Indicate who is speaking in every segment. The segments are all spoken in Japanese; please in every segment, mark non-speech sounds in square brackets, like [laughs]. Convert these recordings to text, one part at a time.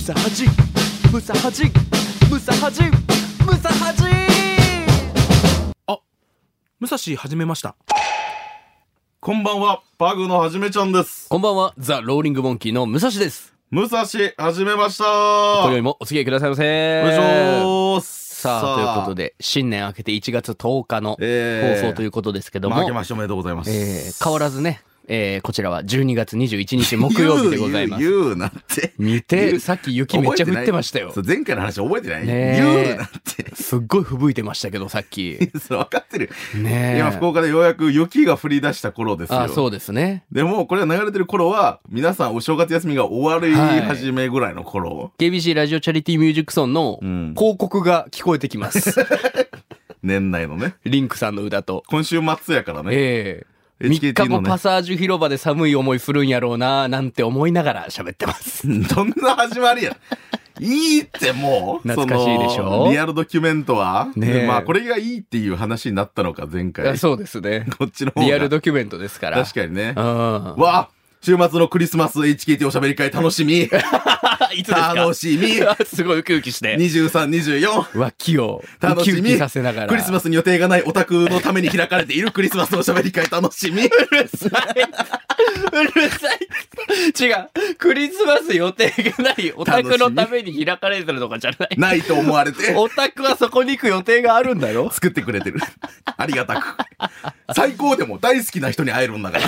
Speaker 1: サハジムサハジムサハジムサハジ
Speaker 2: 武蔵始めました
Speaker 3: こんばんは、パグのはじめちゃんです。
Speaker 4: こんばんは、ザ・ローリング・モンキーの武蔵です。
Speaker 3: 武蔵、はじめました。
Speaker 4: 今
Speaker 3: お
Speaker 4: 宵もお付き合いくださいませ。
Speaker 3: 願いします。
Speaker 4: さあ、ということで、新年明けて1月10日の
Speaker 3: えー
Speaker 4: 放送ということですけど
Speaker 3: ま
Speaker 4: も、
Speaker 3: あ、明けましておめでとうございます。
Speaker 4: えー変わらずね、えーこちらは12月21日木曜日でご
Speaker 3: [laughs]
Speaker 4: ざいます。
Speaker 3: 言う、言う言うなんて。
Speaker 4: 見
Speaker 3: 言
Speaker 4: て、
Speaker 3: う
Speaker 4: さっき雪めっちゃ降ってましたよ
Speaker 3: 覚えてないそ。う前回の話覚えてない、
Speaker 4: ねえ
Speaker 3: 言うなんて。
Speaker 4: すっごい吹雪いてましたけど、さっき。
Speaker 3: それ分かってる。
Speaker 4: ねえ
Speaker 3: 今、福岡でようやく雪が降り出した頃ですよ。
Speaker 4: あ、そうですね。
Speaker 3: でも、これが流れてる頃は、皆さんお正月休みが終わり始めぐらいの頃。
Speaker 4: KBC ラジオチャリティミュージックソンの
Speaker 3: うん
Speaker 4: 広告が聞こえてきます。
Speaker 3: [laughs] 年内のね。
Speaker 4: リンクさんの歌と。
Speaker 3: 今週末やからね。
Speaker 4: ええ
Speaker 3: HKT
Speaker 4: 3日
Speaker 3: の
Speaker 4: 後
Speaker 3: ね
Speaker 4: パサージュ広場で寒い思いするんやろうななんて思いながら喋ってま
Speaker 3: [laughs]
Speaker 4: す。
Speaker 3: どんな始まりや。いいってもう。
Speaker 4: 懐かしいでしょ
Speaker 3: そのリアルドキュメントは。
Speaker 4: ねえ
Speaker 3: まあ、これがいいっていう話になったのか、前回。
Speaker 4: そうですね。
Speaker 3: こっちの方が。
Speaker 4: リアルドキュメントですから。
Speaker 3: 確かにね。
Speaker 4: うん。
Speaker 3: わあ週末のクリスマス HKT おしゃべり会楽し
Speaker 4: [laughs]
Speaker 3: み
Speaker 4: いつですか
Speaker 3: 楽しみ
Speaker 4: すごいウキウキして。
Speaker 3: 23、24
Speaker 4: [laughs] 脇をウ
Speaker 3: 楽
Speaker 4: キ
Speaker 3: し
Speaker 4: ウ
Speaker 3: み
Speaker 4: キさせながら。
Speaker 3: クリスマ
Speaker 4: ス。
Speaker 3: スに予定がないオタクのために開かれているクリスマスのおしゃべり会楽しみ
Speaker 4: [laughs] うるさい。うるさ [laughs] い。違う。クリスマス予定がないオタクのために開かれてるとかじゃ [laughs] ない。
Speaker 3: ないと思われて
Speaker 4: オタクはそこに行く予定があるんだよ。
Speaker 3: 作ってくれてるありがたく最高でも大好きな人に会えるんだから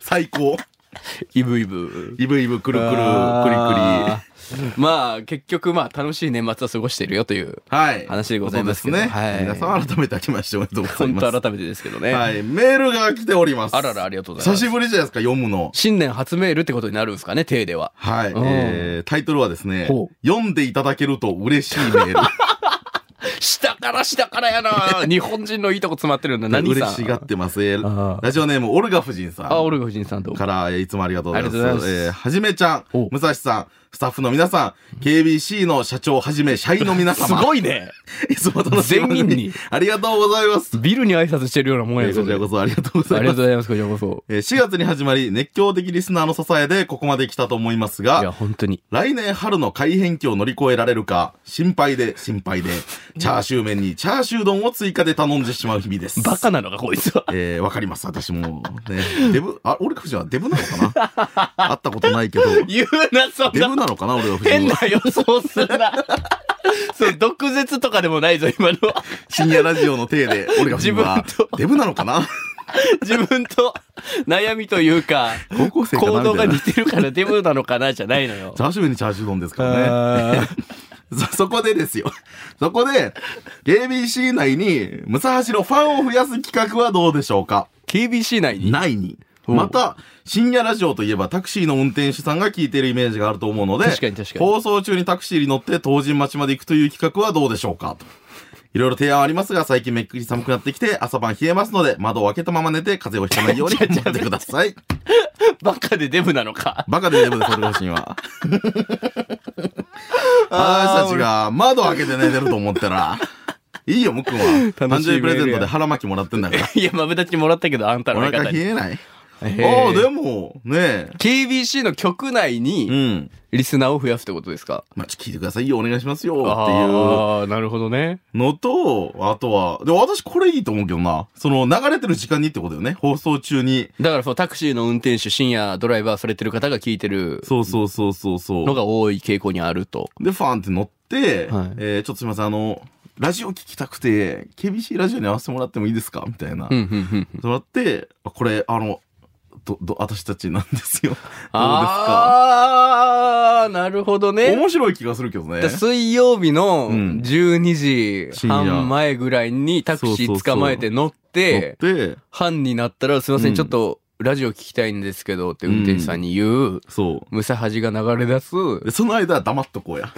Speaker 3: 最高
Speaker 4: イブイブ。
Speaker 3: イブイブくるくるくりくり
Speaker 4: くり。まあ、結局、まあ、楽しい年末を過ごしてるよという。
Speaker 3: はい
Speaker 4: 話でございますけど
Speaker 3: そうですね、
Speaker 4: はい
Speaker 3: 皆さん改めて明けましておめでとうござい
Speaker 4: 本
Speaker 3: ます
Speaker 4: 当改めてですけどね。
Speaker 3: はいメールが来ております
Speaker 4: あらら、ありがとうござ
Speaker 3: 久
Speaker 4: います。
Speaker 3: しぶりじゃないですか読むの
Speaker 4: 新年初メールってことになるんですかね、手では。
Speaker 3: はい、
Speaker 4: ん
Speaker 3: えー、タイトルはですね
Speaker 4: ほう
Speaker 3: 読んでいただけると嬉しいメール
Speaker 4: 下から下から
Speaker 3: [laughs]
Speaker 4: やな日本人のいいとこ詰まってるんだ。 [laughs] 何さん
Speaker 3: 嬉しがってます、えー
Speaker 4: あー
Speaker 3: ラジオネームオルガ夫人さん
Speaker 4: あ、オルゴ夫人さんと。
Speaker 3: から、えーいつもありがとうございます。
Speaker 4: ありがとうございます
Speaker 3: えーはじめちゃん
Speaker 4: お、
Speaker 3: 武蔵さん、スタッフの皆さん、KBC の社長はじめ、社員の皆様。
Speaker 4: すごいね。
Speaker 3: いつも楽しみ
Speaker 4: 全員に。
Speaker 3: [laughs] ありがとうございます。
Speaker 4: ビルに挨拶してるようなもん
Speaker 3: え
Speaker 4: や
Speaker 3: ーこちらこそありがとうござ
Speaker 4: あ
Speaker 3: い
Speaker 4: り
Speaker 3: ま
Speaker 4: がと
Speaker 3: す。
Speaker 4: うございます、こちらこそ。
Speaker 3: えー4月に始まり、熱狂的リスナーの支えでここまで来たと思います
Speaker 4: いや、
Speaker 3: が、
Speaker 4: 本当に。
Speaker 3: 来年春の改変期を乗り越えられるか、心配で心配で、チャーシュー麺にチャーシュー丼を追加で頼んでしまう日々です。
Speaker 4: バカなのか、こい
Speaker 3: [laughs]
Speaker 4: つは。
Speaker 3: えー、わかります。私も、ね、デブ、あ、俺夫人はデブなのかな会
Speaker 4: [laughs]
Speaker 3: ったことないけど。
Speaker 4: 言うな、そん
Speaker 3: デブ
Speaker 4: な。
Speaker 3: なのかな俺は夫
Speaker 4: 変
Speaker 3: 人
Speaker 4: な
Speaker 3: は。
Speaker 4: 予想すんな。 [laughs] そう、毒舌とかでもないぞ、今のは。
Speaker 3: 深夜ラジオの体で、俺が夫人は
Speaker 4: 自分と。
Speaker 3: デブなのか
Speaker 4: [laughs]
Speaker 3: な
Speaker 4: 自分と悩みというか、
Speaker 3: 高校生かな
Speaker 4: 行動が
Speaker 3: みたいな。
Speaker 4: 似てるからデブなのかなじゃないのよ
Speaker 3: チ。ャーシューにチャーシュー丼ですからね。
Speaker 4: あ
Speaker 3: [laughs] そ、そこでですよ。そこで、KBC 内に、ムサハシのファンを増やす企画はどうでしょうか
Speaker 4: ー KBC 内に。
Speaker 3: ないに。
Speaker 4: う
Speaker 3: また、深夜ラジオといえばタクシーの運転手さんが聞いているイメージがあると思うので、
Speaker 4: 確かに確かに
Speaker 3: 放送中にタクシーに乗って当人町まで行くという企画はどうでしょうかと。いろいろ提案ありますが、最近めっきり寒くなってきて、朝晩冷えますので、窓を開けたまま寝て風邪をひかないよう
Speaker 4: [laughs]
Speaker 3: に頑張ってください。
Speaker 4: バカでデブなのか。
Speaker 3: バカでデブでそれ欲しい
Speaker 4: [laughs]
Speaker 3: わ。私たちが窓を開けて寝てると思ったら、いいよ、ムックンは。誕
Speaker 4: 楽し
Speaker 3: 生
Speaker 4: い
Speaker 3: 日プレゼント
Speaker 4: メール
Speaker 3: で
Speaker 4: や
Speaker 3: 腹巻きもらってんだから。
Speaker 4: [laughs] いや、マブダチもらったけど、あんた
Speaker 3: お
Speaker 4: の相
Speaker 3: 腹
Speaker 4: 方
Speaker 3: 冷
Speaker 4: に。
Speaker 3: えない。あ
Speaker 4: あ
Speaker 3: あ、でも、ね
Speaker 4: KBC の局内
Speaker 3: え。う
Speaker 4: に、
Speaker 3: ん。
Speaker 4: リスナーを増やすってことですか
Speaker 3: まあ、ちょっと聞いてくださいよ、お願いしますよ、っていう
Speaker 4: ああ、なるほどね。
Speaker 3: のと、あとは、でも私これいいと思うけどな。その流れてる時間にってことよね。放送中に。
Speaker 4: だからそう、タクシーの運転手、深夜ドライバーされてる方が聞いてる
Speaker 3: そうそうそうそうそ
Speaker 4: の
Speaker 3: う。
Speaker 4: が多い傾向にあると。
Speaker 3: で、ファンって乗って、
Speaker 4: はい
Speaker 3: えーちょっとすいません、あの、ラジオ聞きたくて、KBC ラジオに合わせてもらってもいいですかみたいな。
Speaker 4: うん、うん、うん。
Speaker 3: そうやって、あこれ、あの、ど、ど、私たちなんです
Speaker 4: [laughs]
Speaker 3: よ。どうですか
Speaker 4: ああ、なるほどね。
Speaker 3: 面白い気がするけどね。
Speaker 4: 水曜日の
Speaker 3: うん
Speaker 4: 12時
Speaker 3: 深夜
Speaker 4: 半前ぐらいにタクシー捕まえて乗って、
Speaker 3: 乗って、
Speaker 4: 班になったら、すいませ
Speaker 3: うん
Speaker 4: ん、ちょっとラジオ聞きたいんですけどって運転手さんに言う、
Speaker 3: そう。
Speaker 4: ムサハジが流れ出す、
Speaker 3: で、その間は黙っとこう
Speaker 4: [laughs]
Speaker 3: や。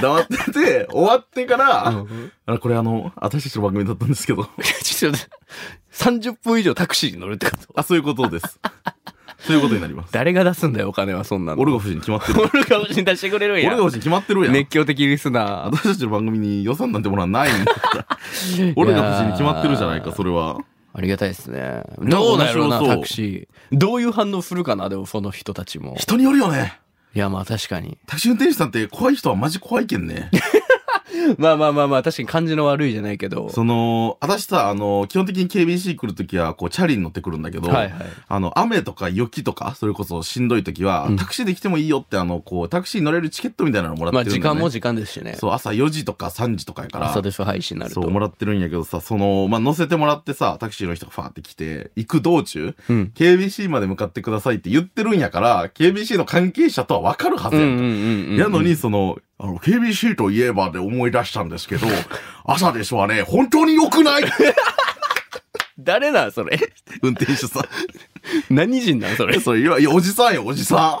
Speaker 3: 黙ってて、終わってから、あこれあの、私たちの番組だったんですけど。
Speaker 4: ちょっと待って30分以上タクシーに乗るってこと
Speaker 3: あ、そういうことです。そういうことになります。
Speaker 4: 誰が出すん [laughs] だよ、お金はそんなの。
Speaker 3: オル
Speaker 4: 俺
Speaker 3: ゴ夫人決まってる。
Speaker 4: が、俺が出してくれる
Speaker 3: オ
Speaker 4: ん
Speaker 3: ル
Speaker 4: や
Speaker 3: ゴ。夫人決まってるやん。
Speaker 4: 熱狂的リスナー。
Speaker 3: 私たちの番組に予算なんてものはない
Speaker 4: [laughs]
Speaker 3: んだから。オルゴ夫人に決まってるじゃないか、それは。
Speaker 4: ありがたいですね。どうだろ
Speaker 3: 面白
Speaker 4: うな、
Speaker 3: そう
Speaker 4: タクシー。どういう反応するかな、でもその人たちも。
Speaker 3: 人によるよね。
Speaker 4: いや、まあ確かに。
Speaker 3: タクシー運転手さんって怖い人はマジ怖いけんね。
Speaker 4: まあまあまあまあ、確かに感じの悪いじゃないけど。
Speaker 3: その、私さ、あの、基本的に KBC 来るときは、こう、チャリに乗ってくるんだけど、
Speaker 4: はいはい。
Speaker 3: あの、雨とか雪とか、それこそしんどいときは、
Speaker 4: うん
Speaker 3: タクシーで来てもいいよって、あの、こう、タクシーに乗れるチケットみたいなのもら
Speaker 4: まあ
Speaker 3: ってる
Speaker 4: 時
Speaker 3: んだよ
Speaker 4: 間
Speaker 3: ね。
Speaker 4: も時間ですしね。
Speaker 3: そう、朝4時とか3時とかやから、
Speaker 4: 朝でしょ、配信になる
Speaker 3: そ
Speaker 4: と。
Speaker 3: う、もらってるんやけどさ、その、まあ、乗せてもらってさ、タクシーの人がファーって来て、行く道中、
Speaker 4: うん。
Speaker 3: KBC まで向かってくださいって言ってるんやから、KBC の関係者とはわかるはず
Speaker 4: うん
Speaker 3: や
Speaker 4: うん
Speaker 3: か
Speaker 4: んうんうん。
Speaker 3: やのに、その、あの、KBC といえばで思い出したんですけど、 [laughs] 朝ですわね、本当に良くない [laughs]
Speaker 4: 誰なんそれ
Speaker 3: 運転手さん。
Speaker 4: 何人なんそれ
Speaker 3: それ、いや、いやおじさんよ、おじさん。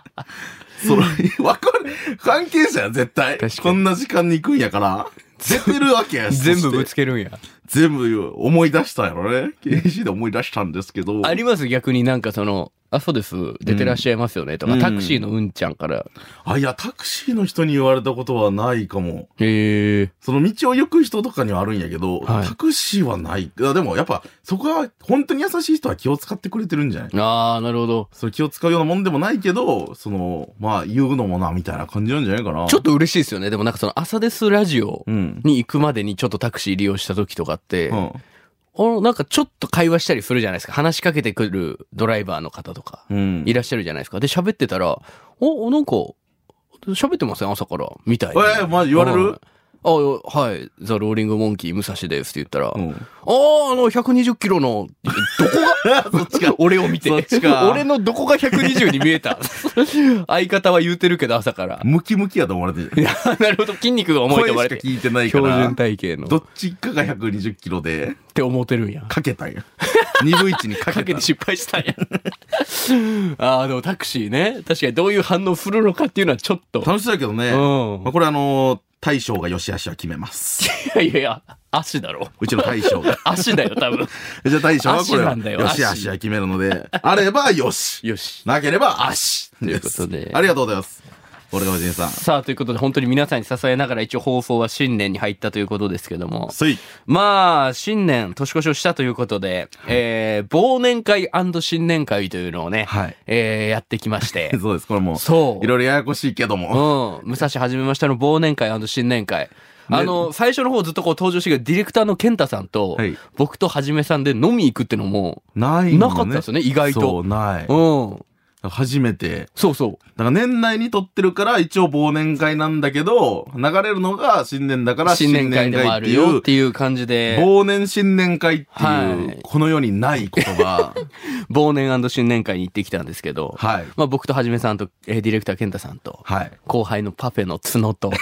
Speaker 3: [laughs] それ、わかる。関係者や、絶対。
Speaker 4: 確かに
Speaker 3: こんな時間に行くんやから。出てるわけや
Speaker 4: 全
Speaker 3: そ
Speaker 4: 部ぶ
Speaker 3: して
Speaker 4: つけるんや。
Speaker 3: 全部思い出したやろね。KBC で思い出したんですけど。
Speaker 4: あります逆になんかその、あ、そうです。出てらっしゃいますよね。とか、
Speaker 3: うん
Speaker 4: タクシーのうんちゃんから。
Speaker 3: あ、いや、タクシーの人に言われたことはないかも。
Speaker 4: へえ。
Speaker 3: その道を行く人とかにはあるんやけど、
Speaker 4: はい
Speaker 3: タクシーはない。あでもやっぱ、そこは本当に優しい人は気を使ってくれてるんじゃない
Speaker 4: ああ、なるほど。
Speaker 3: それ気を使うようなもんでもないけど、その、まあ言うのもな、みたいな感じなんじゃないかな。
Speaker 4: ちょっと嬉しいですよね。でもなんかその、朝ですラジオ
Speaker 3: うん。
Speaker 4: に行くまでにちょっとタクシー利用した時とかって
Speaker 3: う、ん。
Speaker 4: おなんかちょっと会話したりするじゃないですか。話しかけてくるドライバーの方とか。
Speaker 3: うん。
Speaker 4: いらっしゃるじゃないですか。で、喋ってたら、お、おなんか、喋ってません朝から。みたいな。
Speaker 3: えーまあ言われる
Speaker 4: はいあ、はい。ザ・ローリング・モンキー、武蔵ですって言ったら、
Speaker 3: う
Speaker 4: あ
Speaker 3: ん。
Speaker 4: あ、あの、120キロの、どこがそっ
Speaker 3: [laughs]
Speaker 4: ちか。俺を見て。
Speaker 3: そっちか
Speaker 4: [laughs] 俺のどこが120に見えた [laughs] 相方は言うてるけど、朝
Speaker 3: [laughs]
Speaker 4: から。
Speaker 3: ムキムキやと思われてる。
Speaker 4: いや、なるほど。 [laughs] 筋肉が重いと
Speaker 3: 声
Speaker 4: 言われ
Speaker 3: しか
Speaker 4: て。
Speaker 3: 聞いてないか
Speaker 4: 標準
Speaker 3: ら。
Speaker 4: 体型の。
Speaker 3: ど
Speaker 4: っ
Speaker 3: っちかが120キロで、
Speaker 4: て思ってるんや。
Speaker 3: かけたんや。 [laughs] 二分一にか
Speaker 4: [laughs] か
Speaker 3: け
Speaker 4: け
Speaker 3: た
Speaker 4: て。失敗した [laughs] んや。ああ、でもタクシーね。確かにどういう反応するのかっていうのはちょっと。
Speaker 3: 楽しそうやけどね。
Speaker 4: うん
Speaker 3: まあ、これあのー大将が良し悪しは決めます。
Speaker 4: [laughs] いやいやいや、足だろ。
Speaker 3: うちの大将が。
Speaker 4: 足だよ、多分。
Speaker 3: じゃあ大将はこれ
Speaker 4: 足な
Speaker 3: は
Speaker 4: んだよ
Speaker 3: 良し悪
Speaker 4: 足
Speaker 3: しは決めるので、あればよし。
Speaker 4: [laughs] よし。
Speaker 3: なければ足。と
Speaker 4: ということで
Speaker 3: ありがとうございます。俺がおじいさん。
Speaker 4: さあ、ということで、本当に皆さんに支えながら一応放送は新年に入ったということですけども。
Speaker 3: せい。
Speaker 4: まあ、新年、年越しをしたということで、えー、忘年会新年会というのをね、
Speaker 3: はい。
Speaker 4: えー、やってきまして
Speaker 3: そうです。これもう、
Speaker 4: [laughs] そう
Speaker 3: いろいろややこしいけども。
Speaker 4: うん。武蔵はじめましたの忘年会新年会。あの、最初の方ずっとこう登場してくるディレクターの健太さんと、
Speaker 3: はい
Speaker 4: 僕とはじめさんで飲み行くってのも、
Speaker 3: ない
Speaker 4: な
Speaker 3: もんね
Speaker 4: かったですよね、意外
Speaker 3: そ
Speaker 4: と。
Speaker 3: う、ない。
Speaker 4: うん。
Speaker 3: 初めて。
Speaker 4: そうそう。
Speaker 3: だから年内に撮ってるから、一応忘年会なんだけど、流れるのが新年だから
Speaker 4: 新年会でもあるよって
Speaker 3: いう。
Speaker 4: いう感じで、
Speaker 3: 忘年新年会っていう、
Speaker 4: はい
Speaker 3: この世にない言葉。
Speaker 4: 忘年新年会に行ってきたんですけど、
Speaker 3: はい。
Speaker 4: まあ僕とはじめさんと、えーディレクター健太さんと、
Speaker 3: はい。
Speaker 4: 後輩のパフェの
Speaker 3: [laughs]
Speaker 4: 角と、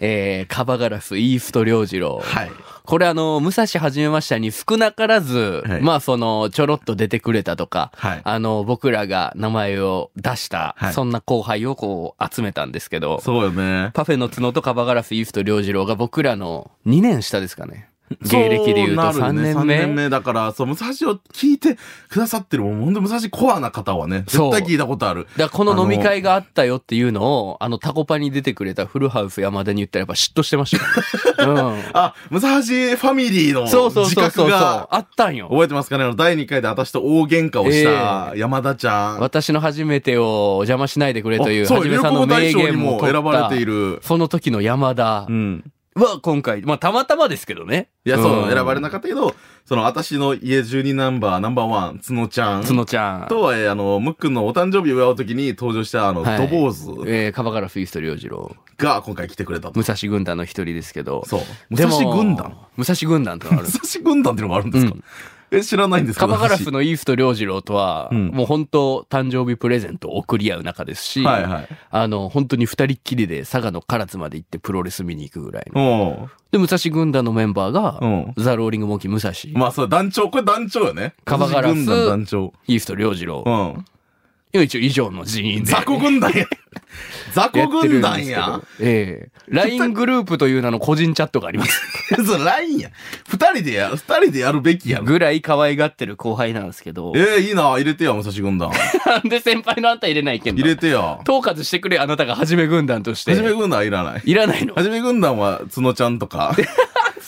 Speaker 4: えー、カバガラス、イースト良次郎。
Speaker 3: はい。
Speaker 4: これあの、武蔵はじめましたに少なからず、
Speaker 3: はい
Speaker 4: まあその、ちょろっと出てくれたとか、
Speaker 3: はい
Speaker 4: あの、僕らが名前を出した、
Speaker 3: はい
Speaker 4: そんな後輩をこう集めたんですけど、
Speaker 3: そうよね。
Speaker 4: パフェの角とカバガラス、イースト良次郎が僕らの2年下ですかね。芸歴で言うと
Speaker 3: そうなる
Speaker 4: 3
Speaker 3: ね
Speaker 4: 年
Speaker 3: 三
Speaker 4: 目。
Speaker 3: 年目だから、そう、武蔵を聞いてくださってる、もうほんと武蔵コアな方はね、絶
Speaker 4: そう
Speaker 3: 対聞いたことある。
Speaker 4: だからこの飲み会があったよっていうのを、あの、タコパに出てくれたフルハウス山田に言ったらやっぱ嫉妬してまし
Speaker 3: [laughs]
Speaker 4: たよ。うん。
Speaker 3: あ、武蔵ファミリーの
Speaker 4: そうそう
Speaker 3: 自
Speaker 4: そうそ
Speaker 3: 覚
Speaker 4: うそう。
Speaker 3: が、
Speaker 4: あったんよ。
Speaker 3: 覚えてますかねあの、第2回で私と大喧嘩をした山田ちゃん。
Speaker 4: 私の初めてをお邪魔しないでくれという、
Speaker 3: あそ
Speaker 4: は
Speaker 3: う
Speaker 4: じめさんの名言も取
Speaker 3: 流行語大賞に
Speaker 4: った
Speaker 3: も選ばれている
Speaker 4: その時の山田
Speaker 3: うん。
Speaker 4: は今回、まあたまたまですけどね。
Speaker 3: いや、そう、選ばれ
Speaker 4: な
Speaker 3: なかったけど、その、私の家12ナンバー、ナンバーワン、つのちゃん。
Speaker 4: 角ちゃん。
Speaker 3: と、えーあの、ムックンのお誕生日を祝うときに登場した、あの、
Speaker 4: はい
Speaker 3: ドボーズ
Speaker 4: えー、カバガラスイースト良次郎。
Speaker 3: が今回来てくれたと。
Speaker 4: 武蔵軍団の一人ですけど。
Speaker 3: そう。武
Speaker 4: でも
Speaker 3: 蔵軍団
Speaker 4: 武蔵軍団とあ
Speaker 3: [laughs]
Speaker 4: る
Speaker 3: 武。蔵軍団っていうのがあるんですか、え、知らないんですか
Speaker 4: カバガラス
Speaker 3: の。
Speaker 4: のイースト良次郎とは、
Speaker 3: うん
Speaker 4: もう本当誕生日プレゼントを送り合う仲です
Speaker 3: [laughs]
Speaker 4: し、
Speaker 3: はいはい
Speaker 4: あの、本当に二人っきりで佐賀の唐津まで行ってプロレス見に行くぐらいの。
Speaker 3: うん。
Speaker 4: で、武蔵軍団のメンバーが、
Speaker 3: うん
Speaker 4: ザ・ローリング・モンキー・武蔵、
Speaker 3: まあ、そう、団長、これ団長よね。
Speaker 4: カバガラス
Speaker 3: 武蔵軍団団長。
Speaker 4: イースト良次郎
Speaker 3: う、ん。
Speaker 4: 一応以上の人員で。
Speaker 3: 雑魚軍団や。雑
Speaker 4: [laughs] や
Speaker 3: 魚
Speaker 4: っ
Speaker 3: 軍
Speaker 4: てるんで
Speaker 3: 団
Speaker 4: すけ
Speaker 3: や [laughs]
Speaker 4: ど。。ええ LINE グループという名の個人チャットがあります。
Speaker 3: それラインや。二人でや、二人でやるべきやろ。
Speaker 4: ぐらい可愛がってる後輩なんですけど。
Speaker 3: ええいいな、入れてよ、武蔵軍団。
Speaker 4: なんで先輩のあんた入れないけんの
Speaker 3: 入れてよ。
Speaker 4: 統括してくれ、あなたがはじめ軍団として。
Speaker 3: はじめ軍団はいらない。
Speaker 4: いらないの
Speaker 3: はじめ軍団は、角ちゃんとか、
Speaker 4: 好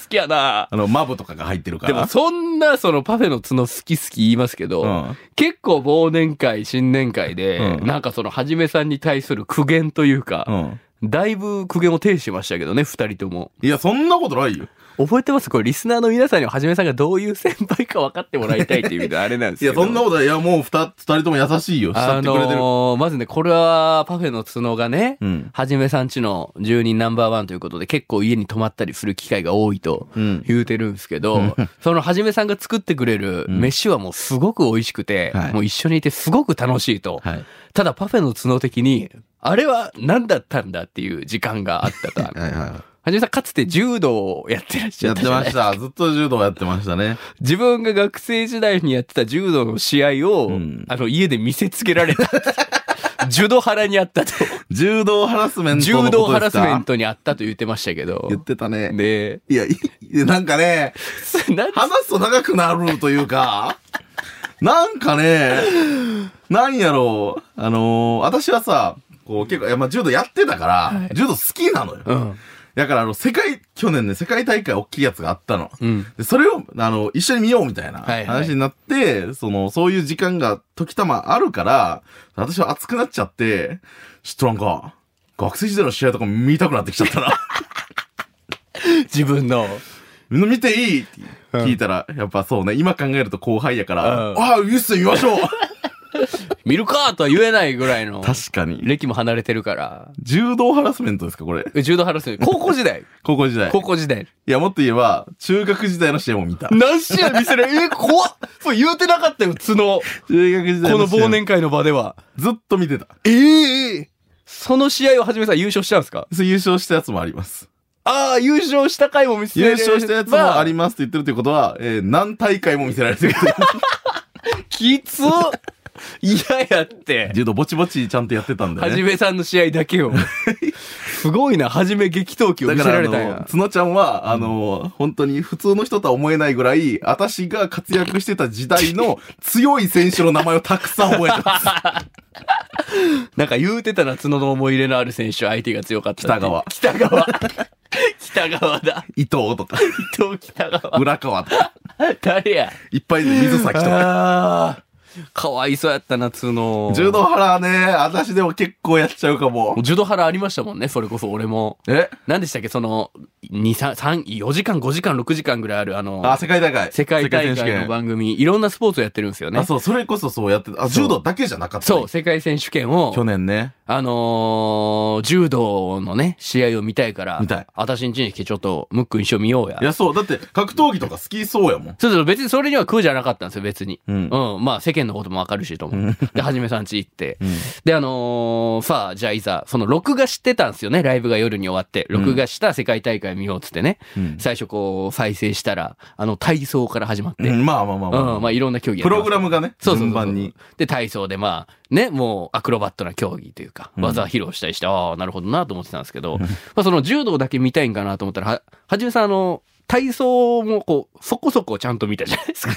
Speaker 4: きやな。
Speaker 3: あの、マブとかが入ってるか
Speaker 4: で
Speaker 3: ら。
Speaker 4: もそんなそのパフェの角好き好き言いますけど、
Speaker 3: うん
Speaker 4: 結構忘年会、新年会で、
Speaker 3: うん
Speaker 4: なんかそのはじめさんに対する苦言というか、
Speaker 3: うん。
Speaker 4: だいぶ苦言を呈しましたけどね、二人とも。
Speaker 3: いや、そんなことないよ。
Speaker 4: 覚えてますこれリスナーの皆さんにははじめさんがどういう先輩か分かってもらいたいっていう意味であれなんです
Speaker 3: い
Speaker 4: けど。
Speaker 3: や、そんなことない。いや、もう二、二人とも優しいよ。慕
Speaker 4: あ
Speaker 3: ってくれてる。
Speaker 4: のーまずね、これはパフェの角がね、
Speaker 3: うん。
Speaker 4: はじめさんちの住人ナンバーワンということで結構家に泊まったりする機会が多いと
Speaker 3: うん
Speaker 4: 言うてるんですけど、そのはじめさんが作ってくれる飯はもうすごく美味しくて、
Speaker 3: はい
Speaker 4: もう一緒にいてすごく楽しいと。
Speaker 3: はい。。
Speaker 4: ただパフェの角的に、あれは何だったんだっていう時間があったか
Speaker 3: はいは
Speaker 4: はじめさんかつて柔道をやってらっ
Speaker 3: い。
Speaker 4: し
Speaker 3: や
Speaker 4: ゃっ
Speaker 3: ったて
Speaker 4: じゃない
Speaker 3: ました。ずっと柔道やってましたね。
Speaker 4: 自分が学生時代にやってた柔道の試合を、
Speaker 3: うん
Speaker 4: あの家で見せつけられ
Speaker 3: [laughs]
Speaker 4: た。柔道腹にあったと。
Speaker 3: 柔道ハラスメントのことで
Speaker 4: 柔
Speaker 3: すか
Speaker 4: 道ハラスメントにあったと言ってましたけど
Speaker 3: 言。ってたね。
Speaker 4: で、
Speaker 3: いや、いいやなんかね、
Speaker 4: [laughs] なん
Speaker 3: 話すと長くなるというか、なんかね、なんやろう、あのー私はさ、こう結構、いやまあ、柔道やってたから、柔道好きなのよ。
Speaker 4: うん。
Speaker 3: だから、あの、世界、去年ね、世界大会大きいやつがあったの。
Speaker 4: うん。
Speaker 3: で、それを、あの、一緒に見ようみたいな
Speaker 4: はいはい
Speaker 3: 話になって、その、そういう時間が時たまあるから、私は熱くなっちゃって、ちょっとなんか、学生時代の試合とか見たくなってきちゃったな。
Speaker 4: 自分の。
Speaker 3: 見ていいって聞いたら、やっぱそうね、今考えると後輩やから、
Speaker 4: うん
Speaker 3: ああ、ユース見ましょう
Speaker 4: 見るかとは言えないぐらいの。
Speaker 3: [laughs] 確かに。
Speaker 4: 歴も離れてるから。
Speaker 3: 柔道ハラスメントですか、これ。
Speaker 4: 柔道ハラスメント。高校時代。
Speaker 3: 高校時代。
Speaker 4: [laughs] 高校時代。
Speaker 3: いや、もっと言えば、中学時代の試合も見た。
Speaker 4: 何試合見せるえ、怖っそれ言うてなかったよ、角。こ
Speaker 3: 中学時代の
Speaker 4: の
Speaker 3: 試合。
Speaker 4: 忘年会の場では。
Speaker 3: ずっと見てた。
Speaker 4: ええその試合をはじめさん優勝したんですか
Speaker 3: そう優勝したやつもあります。
Speaker 4: ああ、優勝した回も見せ
Speaker 3: 優
Speaker 4: れ
Speaker 3: 勝したやつもありますって言ってるってことは、えー何大会も見せられてる。
Speaker 4: きつ嫌やや [laughs] って。
Speaker 3: [laughs] 柔道ぼちぼちちゃんとやってたんだ
Speaker 4: は
Speaker 3: よ
Speaker 4: じ
Speaker 3: ね。
Speaker 4: めさんの試合だ [laughs] けを。すごいな、はじめ激闘期を
Speaker 3: だ
Speaker 4: 見
Speaker 3: か
Speaker 4: せ
Speaker 3: ら、
Speaker 4: ら
Speaker 3: あ
Speaker 4: れたん
Speaker 3: の、
Speaker 4: や。
Speaker 3: つのちゃんは、あの、本当に普通の人とは思えないぐらい、私が活躍してた時代の強い選手の名前をたくさん覚えて [laughs] ます。
Speaker 4: なんか言うてたな、角の思い入れのある選手、相手が強かったっ
Speaker 3: 北
Speaker 4: て。
Speaker 3: 川
Speaker 4: 北川。 [laughs] 北川だ。
Speaker 3: 伊藤とか、
Speaker 4: 伊藤北川。
Speaker 3: 浦川とか、
Speaker 4: 誰や。
Speaker 3: いっぱいいる水崎と
Speaker 4: [laughs]
Speaker 3: か。
Speaker 4: あーかわいそうやったな、角。
Speaker 3: 柔道原ね、私でも結構やっちゃうかも。
Speaker 4: 柔道腹ありましたもんね、それこそ俺も。
Speaker 3: え
Speaker 4: 何でしたっけ、その、2、3、3 4時間、5時間、6時間ぐらいある、あの、
Speaker 3: あ、世界大会。
Speaker 4: 世界大
Speaker 3: 世界
Speaker 4: 会の番組、いろんなスポーツをやってるんですよね
Speaker 3: あ、。そう、それこそそうやってた。あ、柔道だけじゃなかったね、
Speaker 4: そう、世界選手権を、
Speaker 3: 去年ね。
Speaker 4: あのー柔道のね、試合を見たいから、
Speaker 3: 見たい
Speaker 4: 私んちに来てちょっと、ムック一緒見ようや
Speaker 3: い。や、そう。だって、格闘技とか好きそうやもん。
Speaker 4: そうそう、別にそれには苦じゃなかったんですよ、別に。
Speaker 3: う
Speaker 4: うんん。まあ、世間のこともわかるしと思う。で、はじめさんち行って。
Speaker 3: ん
Speaker 4: で、あのーさあ、じゃあいざ、その、録画してたんですよね、ライブが夜に終わって。録画した世界大会見ようっつってね。
Speaker 3: うん
Speaker 4: 最初こう、再生したら、あの、体操から始まって。
Speaker 3: う
Speaker 4: うん、
Speaker 3: ん、まあまあまあまあ。
Speaker 4: まあ、いろんな競技や
Speaker 3: プ
Speaker 4: ってます
Speaker 3: ログラムがね、
Speaker 4: そうそうそう
Speaker 3: 順番に。
Speaker 4: で、体操でまあ、ね、もうアクロバットな競技というか、
Speaker 3: ん
Speaker 4: 技披露したりして、ああ、なるほどなと思ってたんですけど、まあその柔道だけ見たいんかなと思ったら、は、はじめさん、あの、体操もこう、そこそこちゃんと見たじゃないですか。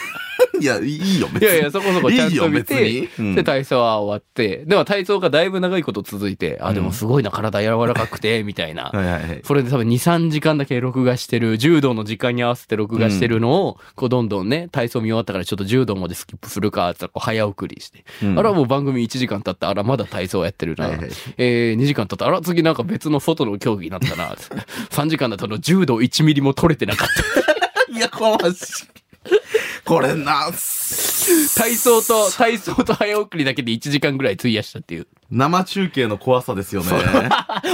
Speaker 3: いや、いいよ、別
Speaker 4: [laughs] い
Speaker 3: に。
Speaker 4: やいや、そこそこちゃん
Speaker 3: いいよ
Speaker 4: と見
Speaker 3: 別
Speaker 4: て、
Speaker 3: にうん
Speaker 4: で、体操は終わって、でも体操がだいぶ長いこと続いて、あ、でもすごいな、体柔らかくて、みたい [laughs]
Speaker 3: は
Speaker 4: な。
Speaker 3: いはいはい。
Speaker 4: それで多分2、3時間だけ録画してる、柔道の時間に合わせて録画してるのを、こうどんどんね、体操見終わったからちょっと柔道までスキップするか、ってこう早送りして。
Speaker 3: うん
Speaker 4: あらもう番組1時間経った、あらまだ体操やってるな。
Speaker 3: はいはい
Speaker 4: えー、2時間経った、あら次なんか別の外の競技になったな。3時間だとあの柔道1ミリも取れてなか [laughs] った。
Speaker 3: いや、こましい。これ
Speaker 4: [laughs]
Speaker 3: な、す
Speaker 4: 体操と、体操と早送りだけで1時間ぐらい費やしたっていう。
Speaker 3: 生中継の怖さですよね。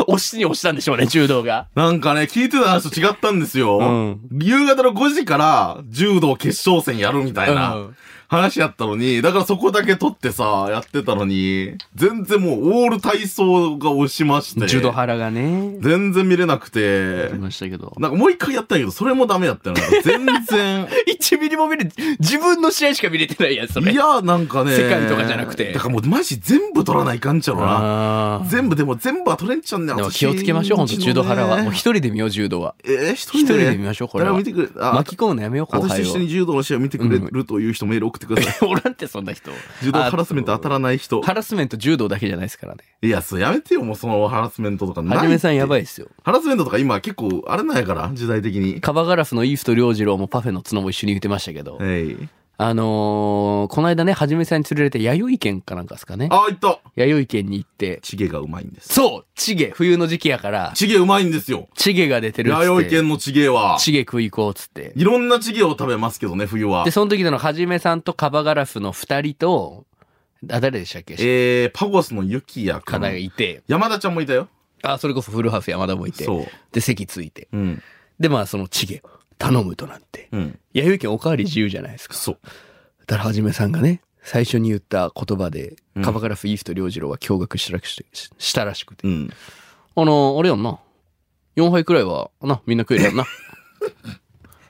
Speaker 4: 押しに押したんでしょうね、柔道が。
Speaker 3: なんかね、聞いてた話と違ったんですよ。
Speaker 4: うん
Speaker 3: 夕方の5時から柔道決勝戦やるみたいな。
Speaker 4: うん
Speaker 3: 話やったのに、だからそこだけ撮ってさ、やってたのに、全然もうオール体操が押しまして。
Speaker 4: 柔道腹がね、
Speaker 3: 全然見れなくて
Speaker 4: あり、ましたけど。 [laughs]
Speaker 3: なんかもう一回やったんやけど、それもダメやったよな。全然。
Speaker 4: 1ミリも見れ、自分の試合しか見れてないやつ、それ。
Speaker 3: いや、なんかね。
Speaker 4: 世界とかじゃなくて
Speaker 3: だからもうマジ全部取らないかんちゃろな。
Speaker 4: あー
Speaker 3: 全部でも全部は取れんちゃうんだよ。
Speaker 4: でも気をつけましょう、本当柔道腹は。もう
Speaker 3: 一
Speaker 4: 一人で見よう、柔道は。
Speaker 3: えー、一
Speaker 4: 一
Speaker 3: 人
Speaker 4: 人
Speaker 3: で
Speaker 4: で見ましょう、これ
Speaker 3: 誰も
Speaker 4: は
Speaker 3: 見。てくれ、あ
Speaker 4: 巻き込むのやめよう、後
Speaker 3: 私と
Speaker 4: 輩
Speaker 3: 一緒に
Speaker 4: を。
Speaker 3: 柔道の試合を見てくれるという人メール送ってください。
Speaker 4: [laughs] おらんってそんな人
Speaker 3: 柔道ハラスメント当たらない人。
Speaker 4: ハラスメント柔道だけじゃないですからね
Speaker 3: いや、そうやめてよ、もうそのハラスメントとかない。
Speaker 4: はじめさんやば
Speaker 3: い。
Speaker 4: いですよ
Speaker 3: ハラスメントとか今結構あれなんやから、時代的に。
Speaker 4: カバガラスのイースト良次郎もパフェの角も一緒に言ってましたけど、
Speaker 3: はい。
Speaker 4: あのーこの間ねはじめさんに連れられて弥生県かなんかですかね
Speaker 3: ああ、いった。
Speaker 4: 弥生県に行って
Speaker 3: チゲがうまいんです。
Speaker 4: そうチゲ冬の時期やから
Speaker 3: チゲうまいんですよ。
Speaker 4: チゲが出てるっつって
Speaker 3: 弥生県のチゲは。
Speaker 4: チゲ食い行こうっつって
Speaker 3: いろんなチゲを食べますけどね、冬は
Speaker 4: で。その時のはじめさんとカバガラスの二人とあ誰でしたっけ
Speaker 3: えー、パゴスのユキヤか
Speaker 4: 方
Speaker 3: な
Speaker 4: がいて
Speaker 3: 山田ちゃんもいたよ。
Speaker 4: あそれこそフルハウス山田もいて
Speaker 3: そう。
Speaker 4: で席ついて
Speaker 3: うん。
Speaker 4: でまあそのチゲ頼むとなって
Speaker 3: うん。
Speaker 4: 弥生県おかわり自由じゃないですか
Speaker 3: そう。
Speaker 4: だからはじめさんがね最初に言った言葉で、
Speaker 3: うん
Speaker 4: カバガラフイースト良次郎は驚愕したらしくてししたらしくて、
Speaker 3: うん。
Speaker 4: あのあれやんな4杯くらいはなみんな食えるやん
Speaker 3: [laughs]
Speaker 4: な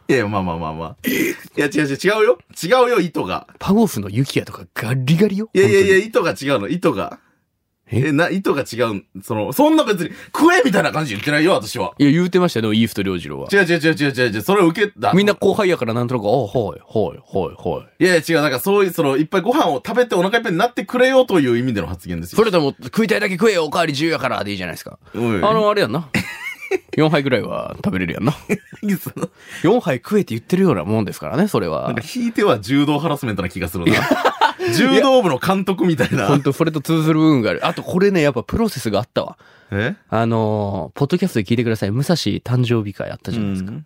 Speaker 3: いや、まあまあまあまあ。いや、違う違う、違うよ。違うよ、糸が。
Speaker 4: パゴフのユキヤとかガリガリよ
Speaker 3: いやいやいや、
Speaker 4: や
Speaker 3: 糸が違うの、糸が。
Speaker 4: え
Speaker 3: え、な、糸が違うん、その、そんな別に、食えみたいな感じ言ってないよ、私は。
Speaker 4: いや言うてましたよでもイースト良次郎は
Speaker 3: 違う違う違う違う違う違う、それを受けた。
Speaker 4: みんな後輩やからなんとなく「あはいはいはいはい
Speaker 3: いやいや違う、なんかそういう、その、いっぱいご飯を食べてお腹いっぱいになってくれよという意味での発言ですよ。
Speaker 4: それとも食いたいだけ食えよおかわり自由やから」でいいじゃないですか
Speaker 3: うん
Speaker 4: あ、のあれやんな4杯くらいは食べれるやんない
Speaker 3: いっすな
Speaker 4: 4杯食えって言ってるようなもんですからねそれは
Speaker 3: なんか引いては柔道ハラスメントな気がするな。柔道部の監督みたいな
Speaker 4: 本。当それと通ずる部分があるあとこれねやっぱプロセスがあったわ
Speaker 3: え
Speaker 4: あのーポッドキャストで聞いてください武蔵誕生日会あったじゃないですか、
Speaker 3: うん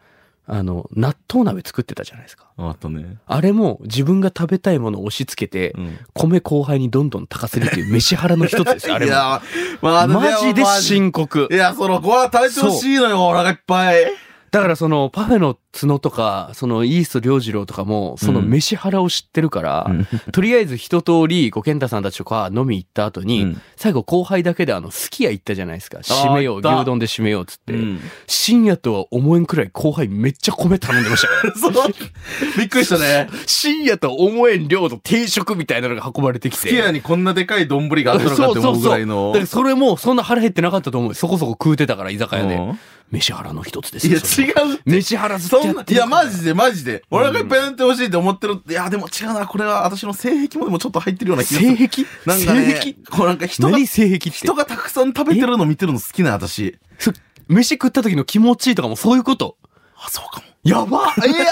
Speaker 4: あの納豆鍋作ってたじゃないですか
Speaker 3: あったね。
Speaker 4: あれも自分が食べたいものを押し付けて、
Speaker 3: うん。
Speaker 4: 米後輩にどんどん炊かせるっていう飯腹の一つですよあれ
Speaker 3: い
Speaker 4: も
Speaker 3: や、まあ、
Speaker 4: マジで
Speaker 3: い
Speaker 4: 深刻
Speaker 3: や、その、ご飯食べてほしいのよ、お腹いっぱい。
Speaker 4: だからそのパフェの角とかそのイースト良次郎とかもその飯腹を知ってるから、
Speaker 3: うん
Speaker 4: とりあえず一通りご健太さんたちとか飲み行った後に、
Speaker 3: うん
Speaker 4: 最後後輩だけであのすき家行ったじゃないですか締めよう
Speaker 3: 行った
Speaker 4: 牛丼で締めようっつって、深夜とは思えんくらい後輩めっちゃ米頼んでましたから。 [laughs]
Speaker 3: そう。びっくりしたね。
Speaker 4: 深夜とは思えん量の定食みたいなのが運ばれてき
Speaker 3: ス
Speaker 4: て。
Speaker 3: キヤにこんなでかい丼があったのか
Speaker 4: そ
Speaker 3: っ
Speaker 4: う
Speaker 3: て
Speaker 4: そ
Speaker 3: 思
Speaker 4: う
Speaker 3: うぐ
Speaker 4: そ
Speaker 3: ら
Speaker 4: う。
Speaker 3: い
Speaker 4: だ
Speaker 3: の。
Speaker 4: からそれもそんな腹減ってなかったと思う。そこそこ食うてたから居酒屋
Speaker 3: う
Speaker 4: で。
Speaker 3: ん
Speaker 4: 飯原の一つです
Speaker 3: い
Speaker 4: よ。
Speaker 3: や、
Speaker 4: それ
Speaker 3: 違う。
Speaker 4: 飯原ずっ
Speaker 3: そ
Speaker 4: と
Speaker 3: ん
Speaker 4: や
Speaker 3: な
Speaker 4: っ、
Speaker 3: い
Speaker 4: てる
Speaker 3: や、
Speaker 4: から
Speaker 3: マジで、マジで。お腹いっぱいになってほしいって思ってる。いや、でも違うな。これは私の性癖もでもちょっと入ってるような気がする。
Speaker 4: 性癖
Speaker 3: なんかね、
Speaker 4: 性癖
Speaker 3: こうなんか人が、
Speaker 4: 何性癖って
Speaker 3: 人。がたくさん食べてるの見てるの好きな私。
Speaker 4: そ飯食った時の気持ちいいとかもそういうこと。
Speaker 3: あ、そうかも。
Speaker 4: や [laughs] ば
Speaker 3: いや